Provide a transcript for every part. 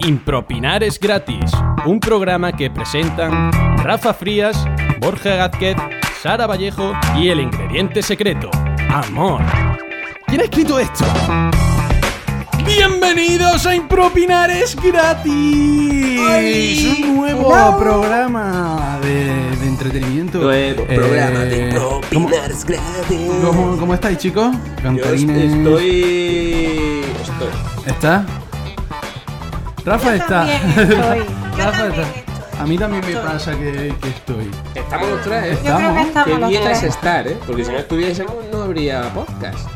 Impropinar es gratis, un programa que presentan Rafa Frías, Borja Gázquez, Sara Vallejo y el ingrediente secreto, amor. ¿Quién ha escrito esto? ¡Bienvenidos a Impropinar es gratis! Un nuevo ¡Hola! programa de, de entretenimiento. Nuevo Eh, programa de ¿cómo, Propinar es gratis. cómo, cómo estáis, chicos? Yo Cantarines. estoy. Estoy. ¿Está? Rafa está. estoy. Yo Rafa también está. estoy. A mí también me pasa que, que estoy. Estamos los tres, ¿eh? Yo creo que Estamos. estamos Qué los bien es este. tres. estar, ¿eh? Porque si no estuviésemos no habría podcast.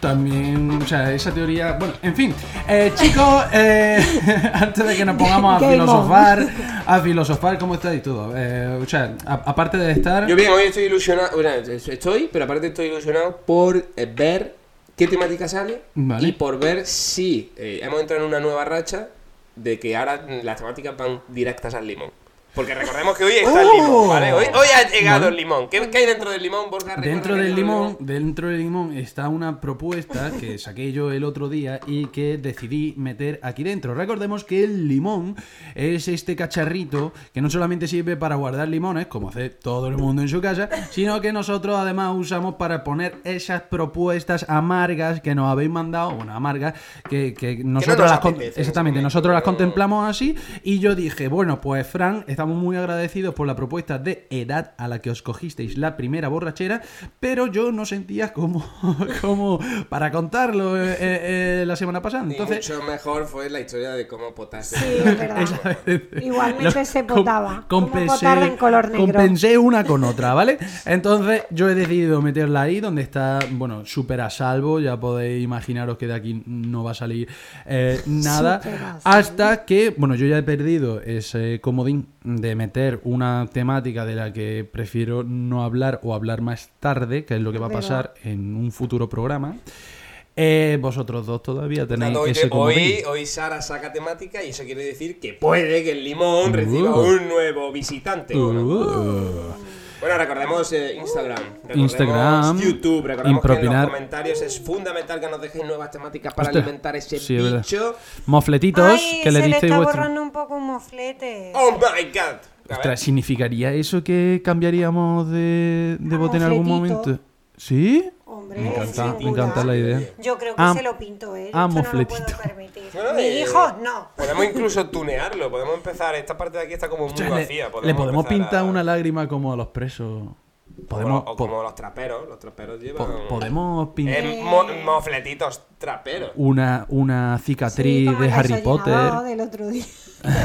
También, o sea, esa teoría. Bueno, en fin. Eh, chicos, eh, antes de que nos pongamos a Game filosofar, a filosofar, ¿cómo estáis todo? Eh, o sea, a- aparte de estar. Yo bien, hoy estoy ilusionado. Bueno, estoy, pero aparte estoy ilusionado por eh, ver qué temática sale Vale. y por ver si eh, hemos entrado en una nueva racha de que ahora las temáticas van directas al limón. Porque recordemos que hoy está el ¡Oh! limón, ¿vale? Hoy, hoy ha llegado Vale. el limón. ¿Qué, qué hay dentro del limón, Borja? Recuerda Dentro que hay del limón, dentro del limón está una propuesta que saqué yo el otro día y que decidí meter aquí dentro. Recordemos que el limón es este cacharrito que no solamente sirve para guardar limones, como hace todo el mundo en su casa, sino que nosotros además usamos para poner esas propuestas amargas que nos habéis mandado, bueno, amargas, que, que nosotros nos las con- apetece en ese exactamente, momento, nosotros las pero- contemplamos hablamos así y yo dije, bueno, pues Fran, estamos muy agradecidos por la propuesta de edad a la que os cogisteis la primera borrachera, pero yo no sentía como, como para contarlo eh, eh, eh, la semana pasada. Y Entonces, mucho mejor fue la historia de cómo potaste. Sí, es verdad. Igualmente Lo- se com- potaba. compensé- como potarla en color negro. Compensé una con otra, ¿vale? Entonces yo he decidido meterla ahí, donde está, bueno, súper a salvo. Ya podéis imaginaros que de aquí no va a salir eh, nada. Súper a salvo. Hasta que, bueno, yo ya he perdido ese comodín de meter una temática de la que prefiero no hablar o hablar más tarde, que es lo que va a Verdad. pasar en un futuro programa. Eh, vosotros dos todavía tenéis Hoy, ese comodín. hoy, hoy Sara saca temática y eso quiere decir que puede que el limón reciba Uh. un nuevo visitante. ¿o no? Uh. Bueno, recordemos eh, Instagram, recordemos Instagram, YouTube, recordemos que en impropinar. los comentarios es fundamental que nos dejéis nuevas temáticas para Hostia, alimentar ese sí, es verdad. bicho. Mofletitos Ay, que le se le disteis está vuestro. borrando un poco un moflete. ¡Oh, my God! A ver, Ostras, ¿significaría eso que cambiaríamos de, de bote en algún mofletito. momento? ¿Sí? Hombre, Me encanta, sin me encanta duda. la idea. Yo creo que Ah, se lo pinto él. ah, Esto no lo mofletito. puedo permitir. Bueno, Mi eh, hijo, no. Podemos incluso tunearlo, podemos empezar. Esta parte de aquí está como muy Ostras, le, vacía. le podemos empezar pintar a- una lágrima como a los presos. Podemos, o, o po- como los traperos, los traperos llevan. po- podemos pintar Eh, mo- mofletitos traperos. una, una cicatriz Sí, como de el Harry desayunado Potter. del otro día.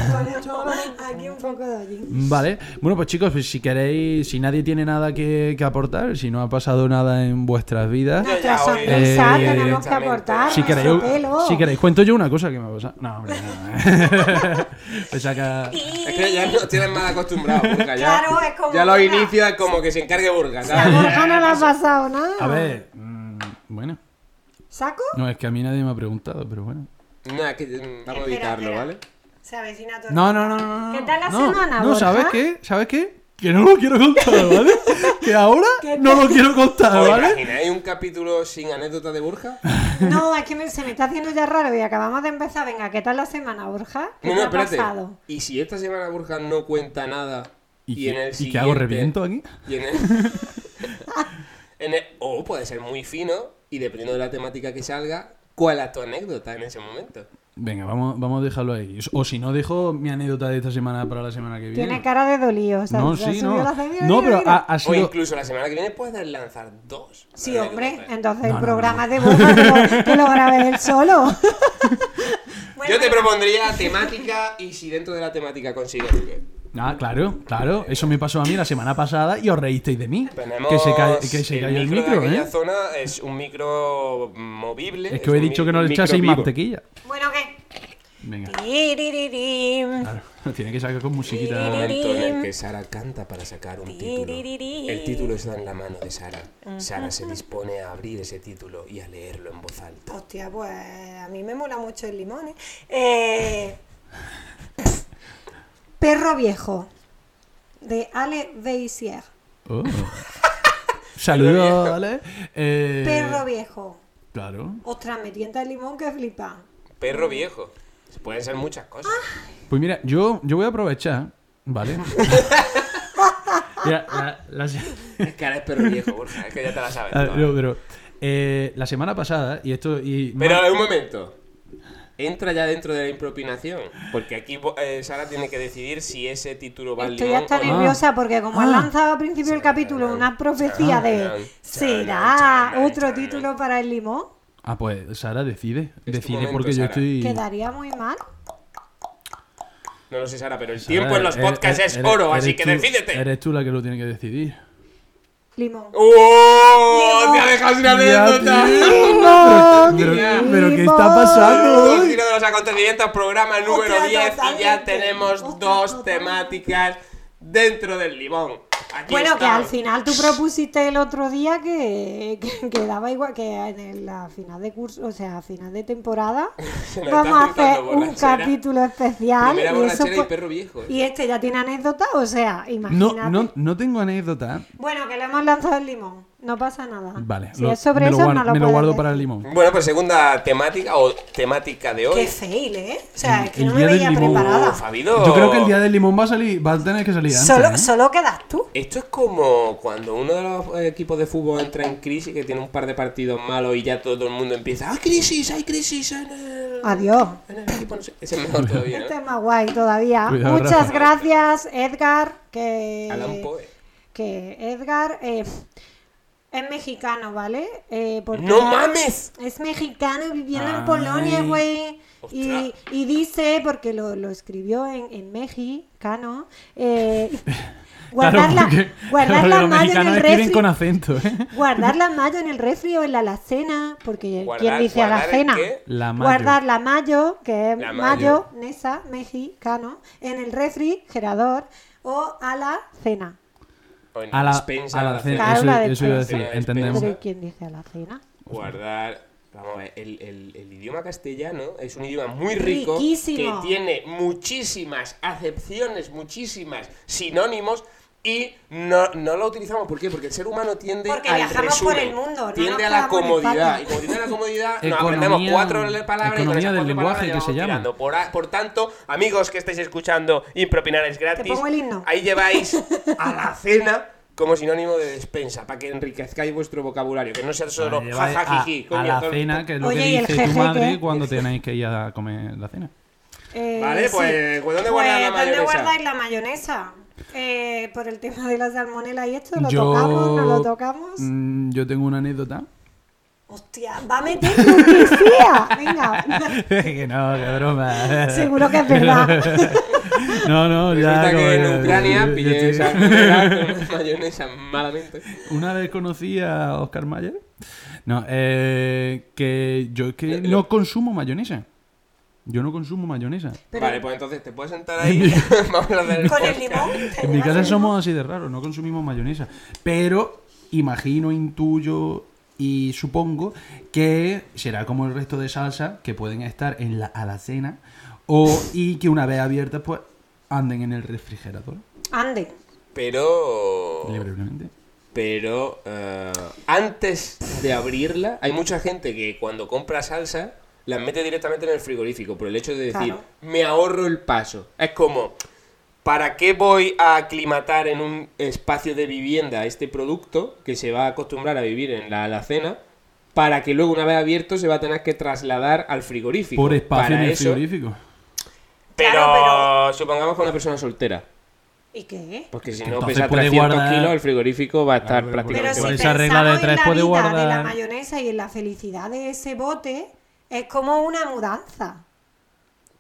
Aquí un poco de allí. Vale, bueno pues chicos, pues si queréis, si nadie tiene nada que, que aportar, si no ha pasado nada en vuestras vidas, Ya, Nuestra ya, oye, sonrisa eh, tenemos que directamente. aportar. si queréis, nuestro pelo. si queréis, cuento yo una cosa que me ha pasado. No, hombre, no. Me saca- Es que ya nos tienen mal acostumbrados, Burga. Ya, Claro, es como ya los Burga. inicios es como que se encargue Burga, A ¿sabes? Borja no le ha pasado nada. A ver, mm, bueno. ¿Saco? No, es que a mí nadie me ha preguntado, pero bueno. No, es que mm, vamos a Espera, evitarlo, espera. ¿vale? Se avecina todo. No, no, no, no. no. ¿Qué tal la no, semana, No, Borja? ¿sabes qué? ¿Sabes qué? Que no lo quiero contar, ¿vale? que ahora no lo quiero contar, ¿Os ¿vale? imagináis un capítulo sin anécdota de Burga? No, es que me- se me está haciendo ya raro y acabamos de empezar. Venga, ¿qué tal la semana, Borja? ¿Qué No, te no, ha espérate. pasado? ¿Y si esta semana Burga no cuenta nada y, qué- en el ¿Y qué hago? siguiente- ¿Reviento aquí? Y en el... en el- O puede ser muy fino y dependiendo de la temática que salga, ¿cuál es tu anécdota en ese momento? Venga, vamos, vamos a dejarlo ahí. O si no, dejo mi anécdota de esta semana para la semana que viene. Tiene cara de dolido. o sea, No, se ha sí, subido no. la ceja, mira, No, pero mira. ha, ha O sido... incluso la semana que viene puedes lanzar dos. Sí, hombre, anécdotas. entonces No, no, el no. programa de Borja que lo, que lo grabe él solo. Bueno, Yo te propondría temática y si dentro de la temática consigues... Ah, claro, claro. Eso me pasó a mí la semana pasada y os reísteis de mí. Tenemos Que se, ca- que se cayó el de micro, aquella ¿eh? zona es un micro movible. Es que os he un dicho mi- que no le un micro echaseis vivo. mantequilla. Bueno, ¿qué? Venga. Tiririririm. Claro, tiene que sacar con Un musiquita. Momento en el que Sara canta para sacar un título. El título está en la mano de Sara. Sara se dispone a abrir ese título y a leerlo en voz alta. Hostia, pues a mí me mola mucho el limón. ¿eh? Eh, Perro viejo de Ale Beissier. Oh. Saludos, ¿vale? Eh, Perro viejo. Claro. Ostras, me tienta el limón que flipa. Perro viejo. Pueden ser muchas cosas. Ah. Pues mira, yo, yo voy a aprovechar, ¿vale? Mira, la- la se- Es que ahora es perro viejo, Borja, es que ya te la sabes. Ah, todas. no, pero eh, la semana pasada, y esto. Y, Pero un momento. Entra ya dentro de la impropinación. Porque aquí eh, Sara tiene que decidir si ese título va al Estoy limón hasta o no. nerviosa porque como Ah. han lanzado al principio del capítulo una profecía de ¿Será otro título para el limón? Ah, pues Sara decide. tu Decide momento, porque Sara. yo estoy. Quedaría muy mal. No lo sé, Sara, pero el Sara, tiempo en los eres- podcasts es eres- oro, eres así que tú- decídete. Eres tú la que lo tiene que decidir. Limón. ¡Oh! ¡Te ha dejado sin anécdota! Pero, tía. pero ¿qué está Todo pasando? el giro de los acontecimientos, programa número Otra 10 y ya totalmente. tenemos Otra dos totalmente. temáticas dentro del limón. Aquí Bueno, que están. al final tú propusiste el otro día que, que, que daba igual que en el- la final de curso, o sea, final de temporada, Se nos está vamos a hacer juntando un borrachera. capítulo especial. Primera borrachera y fue- perro viejo. ¿eh? y este ya tiene anécdota, o sea, No, imagínate. no, no tengo anécdota. Bueno, que le hemos lanzado el limón, no pasa nada. Vale, Ah. si lo- es sobre me eso, lo guardo, no lo me lo puedes guardo decir. para el limón. Bueno, pues segunda temática o temática de hoy. Qué fail, ¿eh? O sea, es que El no me día del veía limón. Oh, preparada. Fabido. Yo creo que el día del limón va a salir, va a tener que salir antes. Solo, ¿eh? solo quedas tú. Esto es como cuando uno de los eh, equipos de fútbol entra en crisis, que tiene un par de partidos malos y ya todo el mundo empieza, ¡ah, crisis! ¡Hay crisis! En el, Adiós. en el equipo, no sé". Ese es mejor todavía, Este ¿no? es más guay todavía. Cuidado, Muchas Rafa. gracias, Edgar, que... Alan Poe. que Edgar eh, es mexicano, ¿ale? Eh, porque ¡No mames! Es mexicano viviendo Ay. en Polonia, güey. Y, Ostras. y dice, porque lo, lo escribió en, en mexicano, eh, guardar, la, porque- guardar porque la los mayo en mexicanos el escriben refri. con acento, ¿eh? Guardar la mayo en el refri o en la alacena, porque Guardar- ¿quién dice guardar el alacena? qué? La mayo. Guardar la mayo, que es La mayo. mayo, nesa, mexicano, en el refrigerador o a la cena. O en A la, despensa, a la la cena, cena. Claro, la Eso, eso iba a despensa. decir, La despensa. entendemos. Pero ¿quién dice a la cena? Guardar. Vamos a ver, el, el- el idioma castellano es un idioma muy rico Riquísimo. que tiene muchísimas acepciones, muchísimas sinónimos y no, no lo utilizamos. ¿Por qué? Porque el ser humano tiende Porque al viajamos por resumen, el mundo, no nos tiende a la quedamos en comodidad. España. Y como tiende a la comodidad, nos Economía- aprendemos cuatro le- palabras y con economía esas del cuatro lenguaje, palabras que se ya vamos llama. tirando. Por, a- por tanto, amigos que estáis escuchando Impropinares gratis, pongo el himno. ahí lleváis a la cena como sinónimo de despensa, para que enriquezcáis vuestro vocabulario, que no sea solo Vale, vale, a, jajajiji, a la coñazo. cena, que es lo Oye, ¿y que el dice tu jeje madre qué? cuando tenéis que ir a comer la cena. Eh, Vale, pues, ¿dónde Pues, guardáis la ¿dónde mayonesa? guardáis la mayonesa? Eh, por el tema de la salmonela y esto, ¿lo yo... tocamos? ¿No lo tocamos? Mm, yo tengo una anécdota. Hostia, va a meter publicidad. Venga, que no, qué broma. seguro que es verdad. No, no, Resulta ya. como- que en Ucrania yo- yo pillé estoy- salmonela con una mayonesa malamente. Una vez conocí a Oscar Mayer. No, eh, que yo es Eh, que no consumo mayonesa. Yo no consumo mayonesa. Pero- Vale, pues entonces te puedes sentar ahí. Vamos a hacer el Con el podcast. limón. te pues, En mi llevas casa el somos así de raro, no consumimos mayonesa. Pero imagino, intuyo y supongo que será como el resto de salsa que pueden estar en la alacena o y que una vez abiertas pues anden en el refrigerador limón. Ande. Pero. libremente. Pero. eh, antes de abrirla, hay mucha gente que cuando compra salsa las mete directamente en el frigorífico por el hecho de decir, Claro. me ahorro el paso. Es como. ¿Para qué voy a aclimatar en un espacio de vivienda este producto que se va a acostumbrar a vivir en la alacena? Para que luego, una vez abierto, se va a tener que trasladar al frigorífico. Por espacio Para en el eso- frigorífico. Pero, Claro, supongamos que una persona soltera. ¿Y qué? Porque si no Entonces pesa puede 300 guardar- kilos, el frigorífico va a estar Claro, Pero prácticamente si Con vacío. esa regla de pensamos en tres la puede vida de la guardar- mayonesa y en la felicidad de ese bote, es como una mudanza.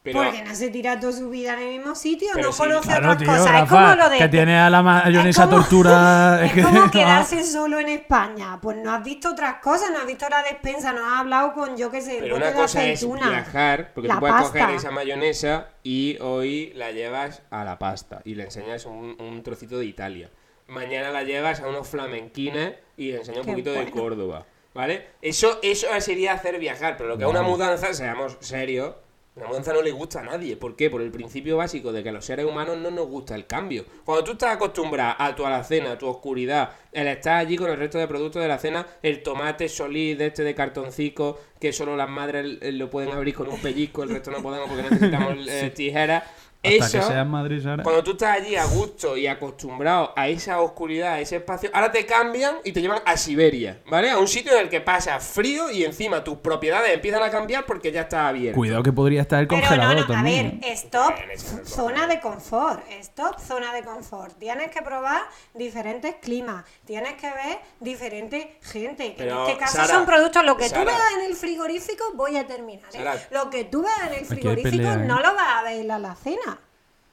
Pero, Porque no se tira toda su vida en el mismo sitio, Pero no sí. conoce Claro, otras tío, cosas. es Rafa, como lo de. que tiene a la mayonesa es como- tortura. Es como no. quedarse solo en España. Pues no has visto otras cosas, no has visto la despensa, no has hablado con yo que sé, el pero bote una de cosa es aceituna. viajar, porque la tú puedes pasta. coger esa mayonesa y hoy la llevas a la pasta y le enseñas un, un trocito de Italia. Mañana la llevas a unos flamenquines y le enseñas un Qué poquito de bueno. Córdoba. ¿Vale? Eso, eso sería hacer viajar, pero lo que a una mudanza, seamos serios, La mudanza no le gusta a nadie. ¿Por qué? Por el principio básico de que a los seres humanos no nos gusta el cambio. Cuando tú estás acostumbrado a tu alacena, a tu oscuridad, el estar allí con el resto de productos de la cena, el tomate solid este de cartoncico, que solo las madres eh, lo pueden abrir con un pellizco, el resto no podemos porque necesitamos eh, tijeras. Hasta Eso, que seas madre, Sara. cuando tú estás allí a gusto y acostumbrado a esa oscuridad, a ese espacio, ahora te cambian y te llevan a Siberia, ¿vale? A un sitio en el que pasa frío y encima tus propiedades empiezan a cambiar porque ya está abierto. Cuidado que podría estar el Pero no, congelador no, a también. ver, ¿eh? stop, Bien, eso no es zona de confort, stop, zona de confort. Tienes que probar diferentes climas, tienes que ver diferente gente. que Pero, en este caso Sara, son productos, lo que Sara. tú veas en el frigorífico, voy a terminar. ¿eh? Sara. Lo que tú veas en el hay pelea, frigorífico ¿eh? no lo vas a ver en la alacena.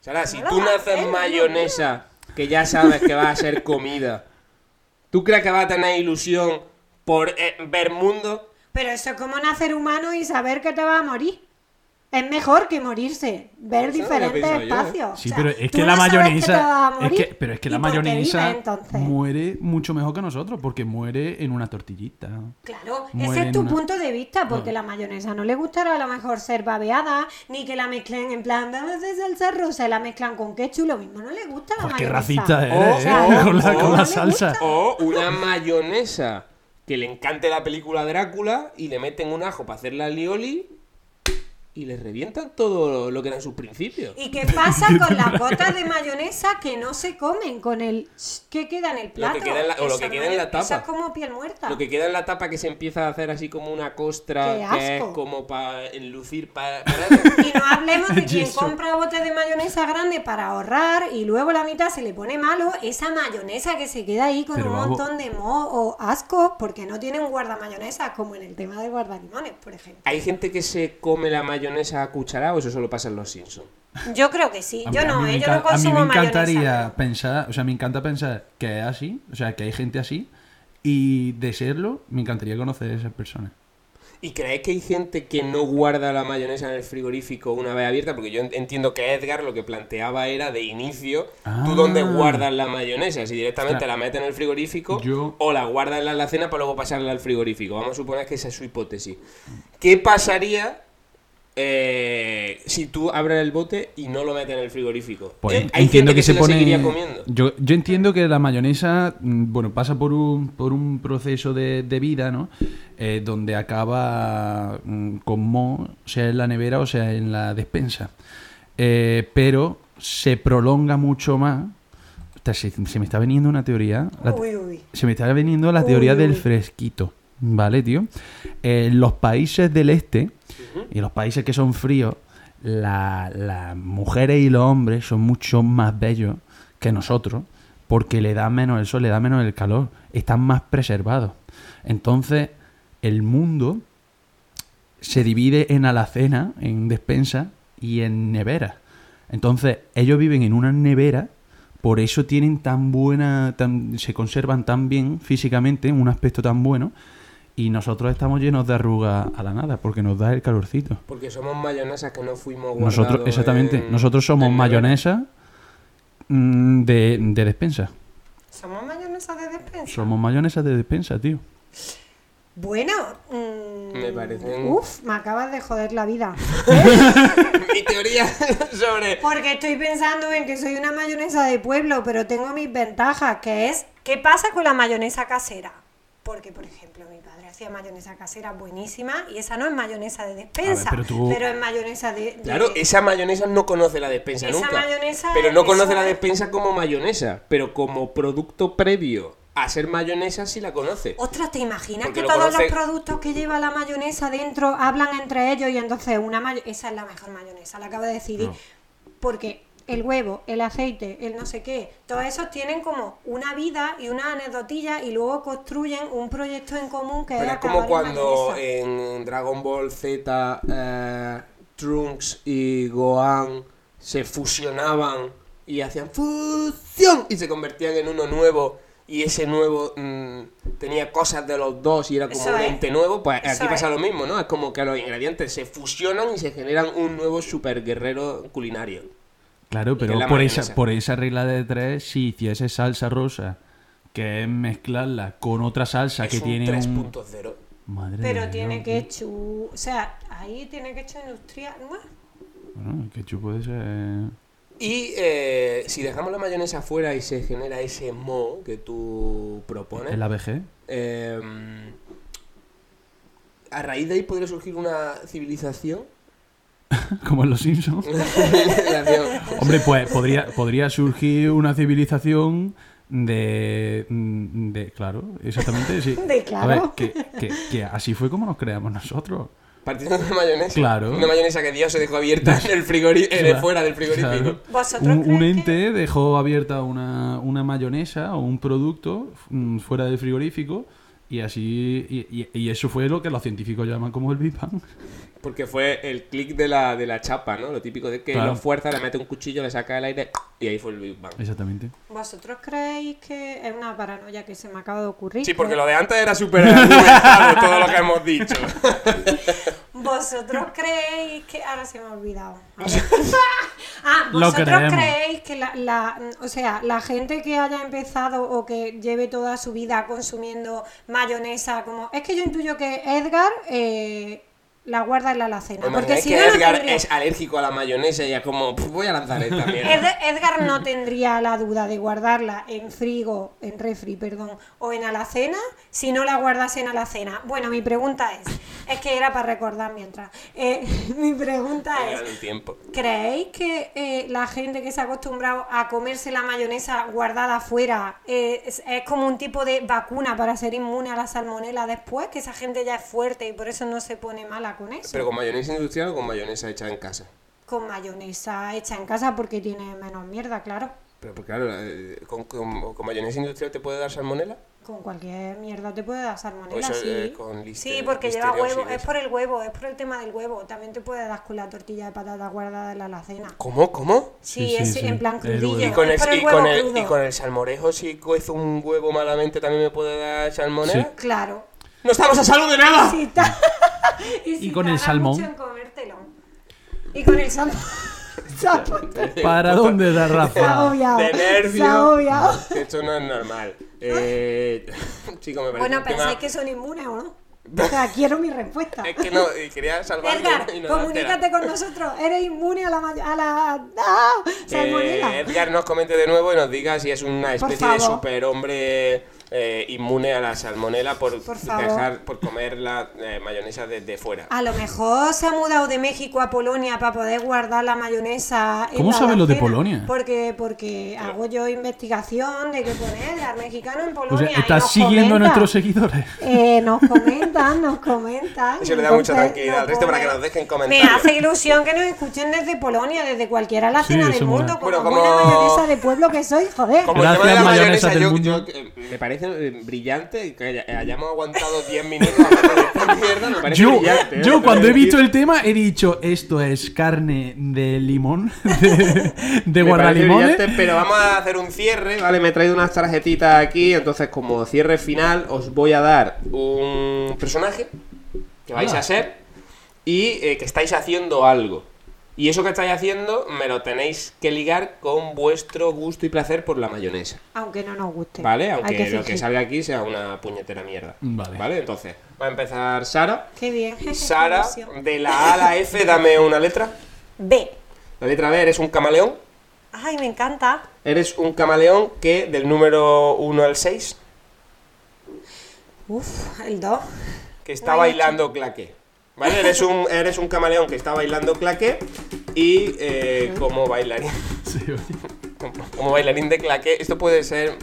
Sara, si No tú lo vas a naces hacer, no, mayonesa, que ya sabes que va a ser comida, ¿tú crees que vas a tener ilusión por eh, ver mundo? Pero eso es como nacer humano y saber que te vas a morir. Es mejor que morirse, ver Eso no lo había diferentes pensado yo, ¿eh? espacios. O Sí, sea, pero es tú que no la sabes que te vas mayonesa. a es morir. que- pero es que ¿Y la por qué mayonesa vives, entonces? muere mucho mejor que nosotros, porque muere en una tortillita. Claro, ese mueren es tu una- punto de vista, porque la mayonesa no le gustará a lo mejor ser babeada, ni que la mezclen en plan, "Ah, vamos a hacer salsa rosa, y la mezclan con ketchup, lo mismo no le gusta a la Pues qué mayonesa. racista Oh, eres, ¿eh? claro. con la, Oh. con la No le salsa. gusta. O una mayonesa que le encante la película Drácula y le meten un ajo para hacer la lioli y le revientan todo lo que eran sus principios. ¿Y qué pasa con las gotas de mayonesa que no se comen con el que queda en el plato? queda en la- o lo Eso que no queda en es- la tapa. Eso es como piel muerta. Lo que queda en la tapa que se empieza a hacer así como una costra ¡Qué que es asco! como para enlucir para... para- Y no hablemos de quien Yeso. compra botes de mayonesa grande para ahorrar y luego la mitad se le pone malo esa mayonesa que se queda ahí con Pero un hago- montón de moho o asco porque no tienen guardamayonesa como en el tema de guardalimones, por ejemplo. Hay gente que se come la mayonesa a cucharada o eso solo pasa en los Simpsons. Yo creo que sí, A mí- yo a no, mí eh, me yo no encan- a mí consumo me encantaría mayonesa. pensar, o sea, me encanta pensar que es así, o sea, que hay gente así, y de serlo, me encantaría conocer a esas personas. ¿Y creéis que hay gente que no guarda la mayonesa en el frigorífico una vez abierta? Porque yo en- entiendo que Edgar lo que planteaba era de inicio, Ah. tú dónde guardas la mayonesa, si directamente Ostras. la metes en el frigorífico Yo- o la guardas en la alacena para luego pasarla al frigorífico. Vamos a suponer que esa es su hipótesis. ¿Qué pasaría eh, si tú abres el bote y no lo metes en el frigorífico? Pues Eh, hay gente que, se, la seguiría comiendo. Yo, yo entiendo que la mayonesa, mm, bueno, pasa por un, por un proceso de, de vida, ¿no? Eh, donde acaba mm, con mo, sea en la nevera o sea en la despensa. Eh, pero se prolonga mucho más. Ostras, Se, se me está veniendo una teoría. La te- Uy, uy. se me está veniendo la Uy, teoría uy. del fresquito, ¿vale, tío? En los países del este y los países que son fríos, la- las mujeres y los hombres son mucho más bellos que nosotros porque le da menos el sol, le da menos el calor, están más preservados. Entonces, el mundo se divide en alacena, en despensa y en nevera. Entonces, ellos viven en una nevera, por eso tienen tan buena, tan- se conservan tan bien físicamente, un aspecto tan bueno, y nosotros estamos llenos de arrugas a la nada, porque nos da el calorcito. Porque somos mayonesas que no fuimos Nosotros, guardados exactamente, en- nosotros somos en nevera. mayonesa mm, de, de despensa. ¿Somos mayonesa de despensa? Somos mayonesa de despensa, tío. Bueno, mm, Me parecen- Uf, me acabas de joder la vida. Mi teoría sobre Porque estoy pensando en que soy una mayonesa de pueblo, pero tengo mis ventajas, que es, ¿qué pasa con la mayonesa casera? Porque, por ejemplo, mi padre hacía mayonesa casera buenísima y esa no es mayonesa de despensa, pero pero, tú- es mayonesa de... de- Claro, esa mayonesa no conoce la despensa Esa nunca. mayonesa pero no es- conoce la despensa como mayonesa, pero como producto previo a ser mayonesa sí la conoce. Ostras, ¿te imaginas Porque que lo todos conoce- los productos que lleva la mayonesa dentro hablan entre ellos y entonces una may- esa es la mejor mayonesa, la acabo de decidir. Porque el huevo, el aceite, el no sé qué, todos esos tienen como una vida y una anecdotilla y luego construyen un proyecto en común que Pero era es como acabar en cuando eh, mayonesa. en Dragon Ball Z eh, Trunks y Gohan se fusionaban y hacían fusión y se convertían en uno nuevo y ese nuevo mm, tenía cosas de los dos y era como Eso un es. ente nuevo, pues Eso aquí pasa es. lo mismo, ¿no? Es como que los ingredientes se fusionan y se generan un nuevo superguerrero culinario. Claro, que pero la por mayonesa. esa, por esa regla de tres, si hiciese salsa rosa, que es mezclarla con otra salsa que es un tiene un... 3.0. Madre de Pero Dios, tiene tío. que chu... O sea, ahí tiene que hecho industrial. Bueno, Bueno, el ketchup puede ser. Y eh, si dejamos la mayonesa fuera y se genera ese mo que tú propones, ¿El ABG? eh, a raíz de ahí podría surgir una civilización. Como en los Simpsons. Hombre, pues podría, podría surgir una civilización de, de- Claro, exactamente. Sí. De claro. A ver, que, que- que así fue como nos creamos nosotros. Partiendo de mayonesa. Claro. Una mayonesa que Dios se dejó abierta en el frigori- eh, de Claro, fuera del frigorífico. claro. ¿Vosotros Un, un creéis ente que- dejó abierta una, una mayonesa o un producto mm, fuera del frigorífico y así. Y, y- y eso fue lo que los científicos llaman como el Big Bang. Porque fue el clic de la, de la chapa, ¿no? Lo típico de que Claro. lo fuerza, le mete un cuchillo, le saca el aire y ahí fue el Big Bang. Exactamente. ¿Vosotros creéis que es una paranoia que se me acaba de ocurrir? Sí, porque lo de antes era súper argumentado todo lo que hemos dicho. ¿Vosotros creéis que.? Ahora se me ha olvidado. A ver. ah, Lo ¿vosotros creemos. creéis que la, la- O sea, la gente que haya empezado o que lleve toda su vida consumiendo mayonesa, como. Es que yo intuyo que Edgar. eh, la guarda en la alacena. Hombre, Porque es si que no, no Edgar tendría- es alérgico a la mayonesa y es como, "Pf, voy a lanzar esta mierda. Ed- Edgar no tendría la duda de guardarla en frigo, en refri, perdón, o en alacena, si no la guardas en alacena. Bueno, mi pregunta es, es que era para recordar mientras. Eh, mi pregunta Era es, el tiempo. ¿creéis que eh, la gente que se ha acostumbrado a comerse la mayonesa guardada afuera eh, es, es como un tipo de vacuna para ser inmune a la salmonela después? Que esa gente ya es fuerte y por eso no se pone mala con eso. ¿Pero con mayonesa industrial o con mayonesa hecha en casa? Con mayonesa hecha en casa porque tiene menos mierda, claro. Pero porque, claro, eh, ¿con, con, con mayonesa industrial te puede dar salmonela? Con cualquier mierda te puede dar salmonela, Pues eso, sí. eh, con lister- sí, porque lleva listeriosis, huevo, es eso. por el huevo, es por el tema del huevo. También te puede dar con la tortilla de patata guardada en la alacena. ¿Cómo? ¿Cómo? Sí, Sí, sí, es sí, en plan el huevo. crudillo. Y con, es el, por el y, huevo con el, crudo. y con el salmorejo, si cuezo un huevo malamente, también me puede dar salmonela. Sí. Claro. ¡No estamos a salvo de nada! Sí, ta- y si Ah. con tarda el salmón. mucho en comértelo. Y con el salmón. ¿Para dónde da Se ha Rafa? obviado. De Se ha nervio. obviado. Esto no es normal. Eh, chico, me parece Bueno, un tema- pensáis que son inmunes o no. O sea, quiero mi respuesta. Es que no, y quería salvarlo. Edgar, y no comunícate dártela. con nosotros. Eres inmune a la. may- A la ¡Ah! Eh, Salmonela. Edgar nos comente de nuevo y nos diga si es una Por especie de favor. superhombre eh, inmune a la salmonela por, Por favor. Ah, dejar, por comer la eh, mayonesa desde fuera. A lo mejor se ha mudado de México a Polonia para poder guardar la mayonesa. en ¿Cómo la sabe lo de alacena. Polonia? Porque, porque hago yo investigación de qué poner al mexicano en Polonia. O sea, y estás nos siguiendo a comentan. nuestros seguidores. Eh, nos comentan, nos comentan. Eso le da mucha Entonces, tranquilidad al nos resto para que ponen- nos dejen Me comentarios. hace ilusión que nos escuchen desde Polonia, desde cualquier alacena Sí, del eso mola. mundo, Bueno, como, como- buena mayonesa de pueblo que soy, joder. Como el tema de Gracias, la mayonesas mayonesa, del yo, mundo. yo- eh, me parece eh, brillante que haya- hayamos aguantado 10 minutos hablando de esta mierda, me parece Yo, brillante. ¿eh? yo Lo cuando he tengo que visto decir. el tema he dicho esto es carne de limón de, de Me parece guardalimones. brillante, pero vamos a hacer un cierre, ¿vale? Me he traído unas tarjetitas aquí, entonces como cierre final os voy a dar un personaje que vais Ah. a ser y eh, que estáis haciendo algo. Y eso que estáis haciendo me lo tenéis que ligar con vuestro gusto y placer por la mayonesa. Aunque no nos guste. ¿Vale? Hay Aunque que lo que fingir. salga aquí sea una puñetera mierda. Vale. Entonces, va a empezar Sara. Qué bien. qué Sara, ilusión. de la A a la F, dame una letra. B. La letra B, eres un camaleón. Ay, me encanta. Eres un camaleón que del número 1 al 6, Uf, el 2. que está Ay, bailando claqué. ¿Vale? Eres un, eres un camaleón que está bailando claqué y eh, como bailarín. Sí, oye. Como bailarín de claqué, esto puede ser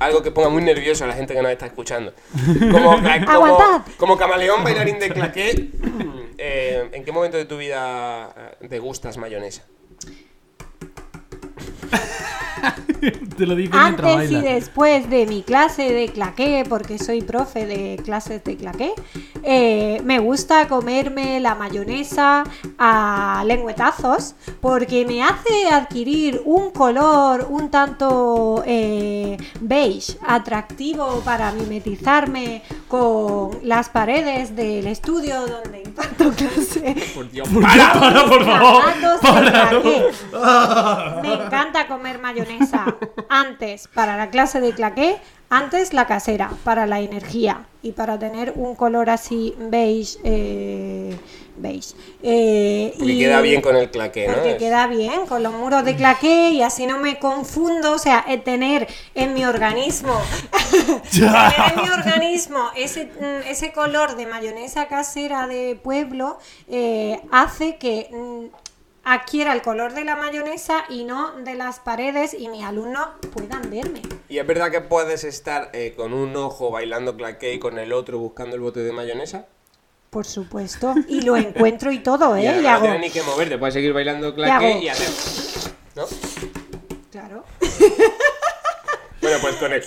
algo que ponga muy nervioso a la gente que nos está escuchando. Como, cla- como- Aguantad. como camaleón bailarín de claqué, eh, ¿en qué momento de tu vida eh, te gustas mayonesa? Te lo dije mientras Antes y baila. después de mi clase de claqué, porque soy profe de clases de claqué, eh, me gusta comerme la mayonesa a lengüetazos porque me hace adquirir un color un tanto eh, beige, atractivo para mimetizarme con las paredes del estudio donde imparto clase. Por Dios, Para, para, por favor. Zapatos de Para, no. claqué. Me encanta comer mayonesa. Antes, para la clase de claqué, antes la casera, para la energía y para tener un color así beige eh, beige. Eh, Porque queda bien con el claqué, ¿no? Porque Es- queda bien con los muros de claqué y así no me confundo. O sea, eh, tener en mi organismo, tener en mi organismo ese, mm, ese color de mayonesa casera de pueblo eh, hace que mm, adquiera el color de la mayonesa y no de las paredes y mis alumnos puedan verme. Y es verdad que puedes estar eh, con un ojo bailando claqué y con el otro buscando el bote de mayonesa. Por supuesto. Y lo encuentro y todo, ¿eh? y además Y no hago- tienes ni que moverte, puedes seguir bailando hago- claqué y hacer. ¿No? Claro. Bueno, pues con el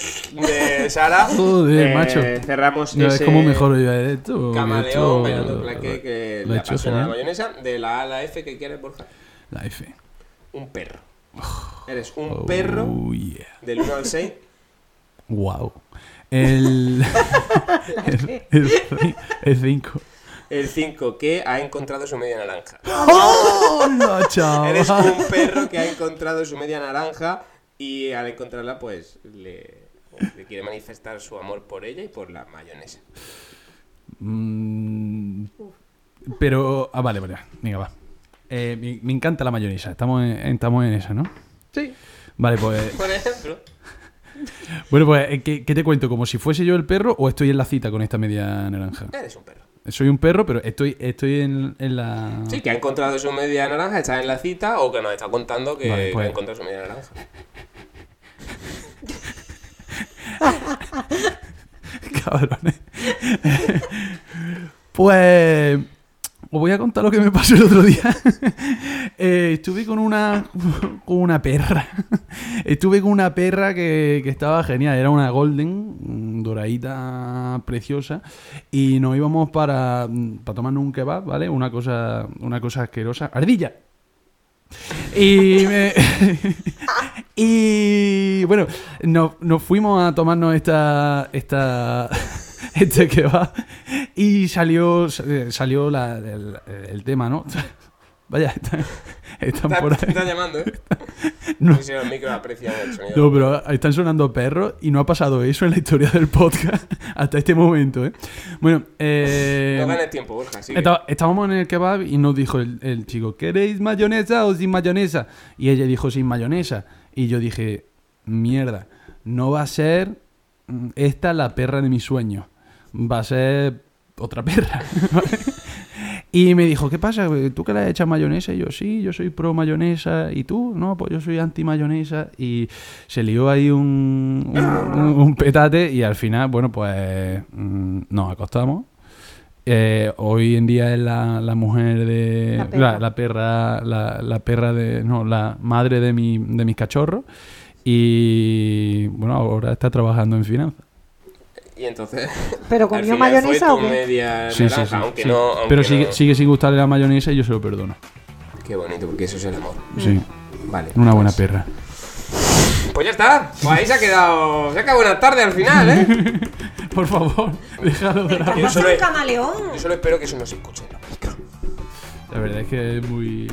de Sara. Joder, eh, macho. Cerramos Ya, ese ¿Cómo mejor yo esto? Camaleón, Esto- bailando claqué, que lo he la hecho pasión a la genial. mayonesa. De la A a la F, que quieres, Borja? La F. Un perro. Eres un Oh, perro yeah. del 1 al 6. Wow. El. el- el 5. El 5 que ha encontrado su media naranja. ¡Hola, Eres chaval! un perro que ha encontrado su media naranja y al encontrarla, pues le, le quiere manifestar su amor por ella y por la mayonesa. Mm, Pero. Ah, vale, vale. Venga, va. Eh, me, me encanta la mayonesa. Estamos en, estamos en esa, ¿no? Sí. Vale, pues. Por ejemplo. Bueno, pues, eh, ¿qué, qué te cuento? ¿Como si fuese yo el perro o estoy en la cita con esta media naranja? Eres un perro. Soy un perro, pero estoy, estoy en, en la. Sí, que ha encontrado su media naranja, está en la cita o que nos está contando que, Vale, que pues. ha encontrado su media naranja. Cabrones. pues. Os voy a contar lo que me pasó el otro día. Eh, estuve con una. con una perra. Estuve con una perra que, que estaba genial. Era una golden, mm, doradita preciosa. Y nos íbamos para. para tomarnos un kebab, ¿vale? Una cosa. Una cosa asquerosa. ¡Ardilla! Y, me- y bueno, nos, nos fuimos a tomarnos esta. esta este que va. Y salió, eh, salió la- el, el tema, ¿no? Vaya, están, están Está, por ahí. está llamando, ¿eh? No. No sé si los micros aprecian el sonido. No, pero están sonando perros y no ha pasado eso en la historia del podcast hasta este momento, ¿eh? Bueno, eh. No ganes tiempo, Borja, sigue. Estaba- estábamos en el kebab y nos dijo el, el chico, ¿queréis mayonesa o sin mayonesa? Y ella dijo sin mayonesa. Y yo dije, mierda, no va a ser mm, esta la perra de mis sueños. Va a ser otra perra. y me dijo, ¿qué pasa? Eh, ¿Tú que le echas mayonesa? Y yo, sí, yo soy pro mayonesa. ¿Y tú? No, pues yo soy anti mayonesa. Y se lió ahí un, un, un petate y al final, bueno, pues mm, nos acostamos. Eh, hoy en día es la, la mujer de. La La perra. perra. La, perra. La, la perra de. No, la madre de, mi, de mis cachorros. Y. Bueno, ahora está trabajando en finanzas. Y entonces. ¿Pero al comió final mayonesa fue o tu qué? media Sí, sí, naranja, sí. aunque sí. no. aunque Pero sigue, no- sigue sin gustarle la mayonesa y yo se lo perdono. Qué bonito, porque eso es el amor. Sí. Vale. Una buena pues- perra. Pues ya está. Pues ahí se ha quedado. Se ha quedado buena tarde al final, ¿eh? Por favor, déjalo de Te Yo pasa solo un he- camaleón. Yo solo espero que eso no se escuche en los micros. La verdad es que es muy.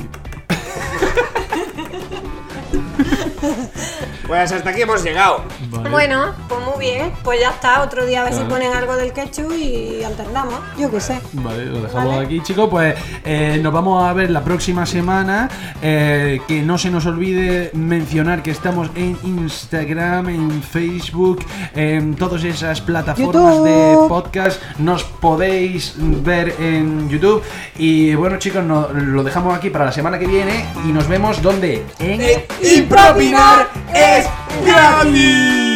Pues hasta aquí hemos llegado. Vale. Bueno, pues muy bien. Pues ya está, otro día a ver si Claro. ponen algo del ketchup y alternamos. Yo qué sé. Vale, lo dejamos Vale. aquí, chicos. Pues eh, nos vamos a ver la próxima semana. Eh, que no se nos olvide mencionar que estamos en Instagram, en Facebook, en todas esas plataformas de YouTube. podcast. Nos podéis ver en YouTube. Y bueno, chicos, no- lo dejamos aquí para la semana que viene. Y nos vemos donde? En Y propinar es gratis.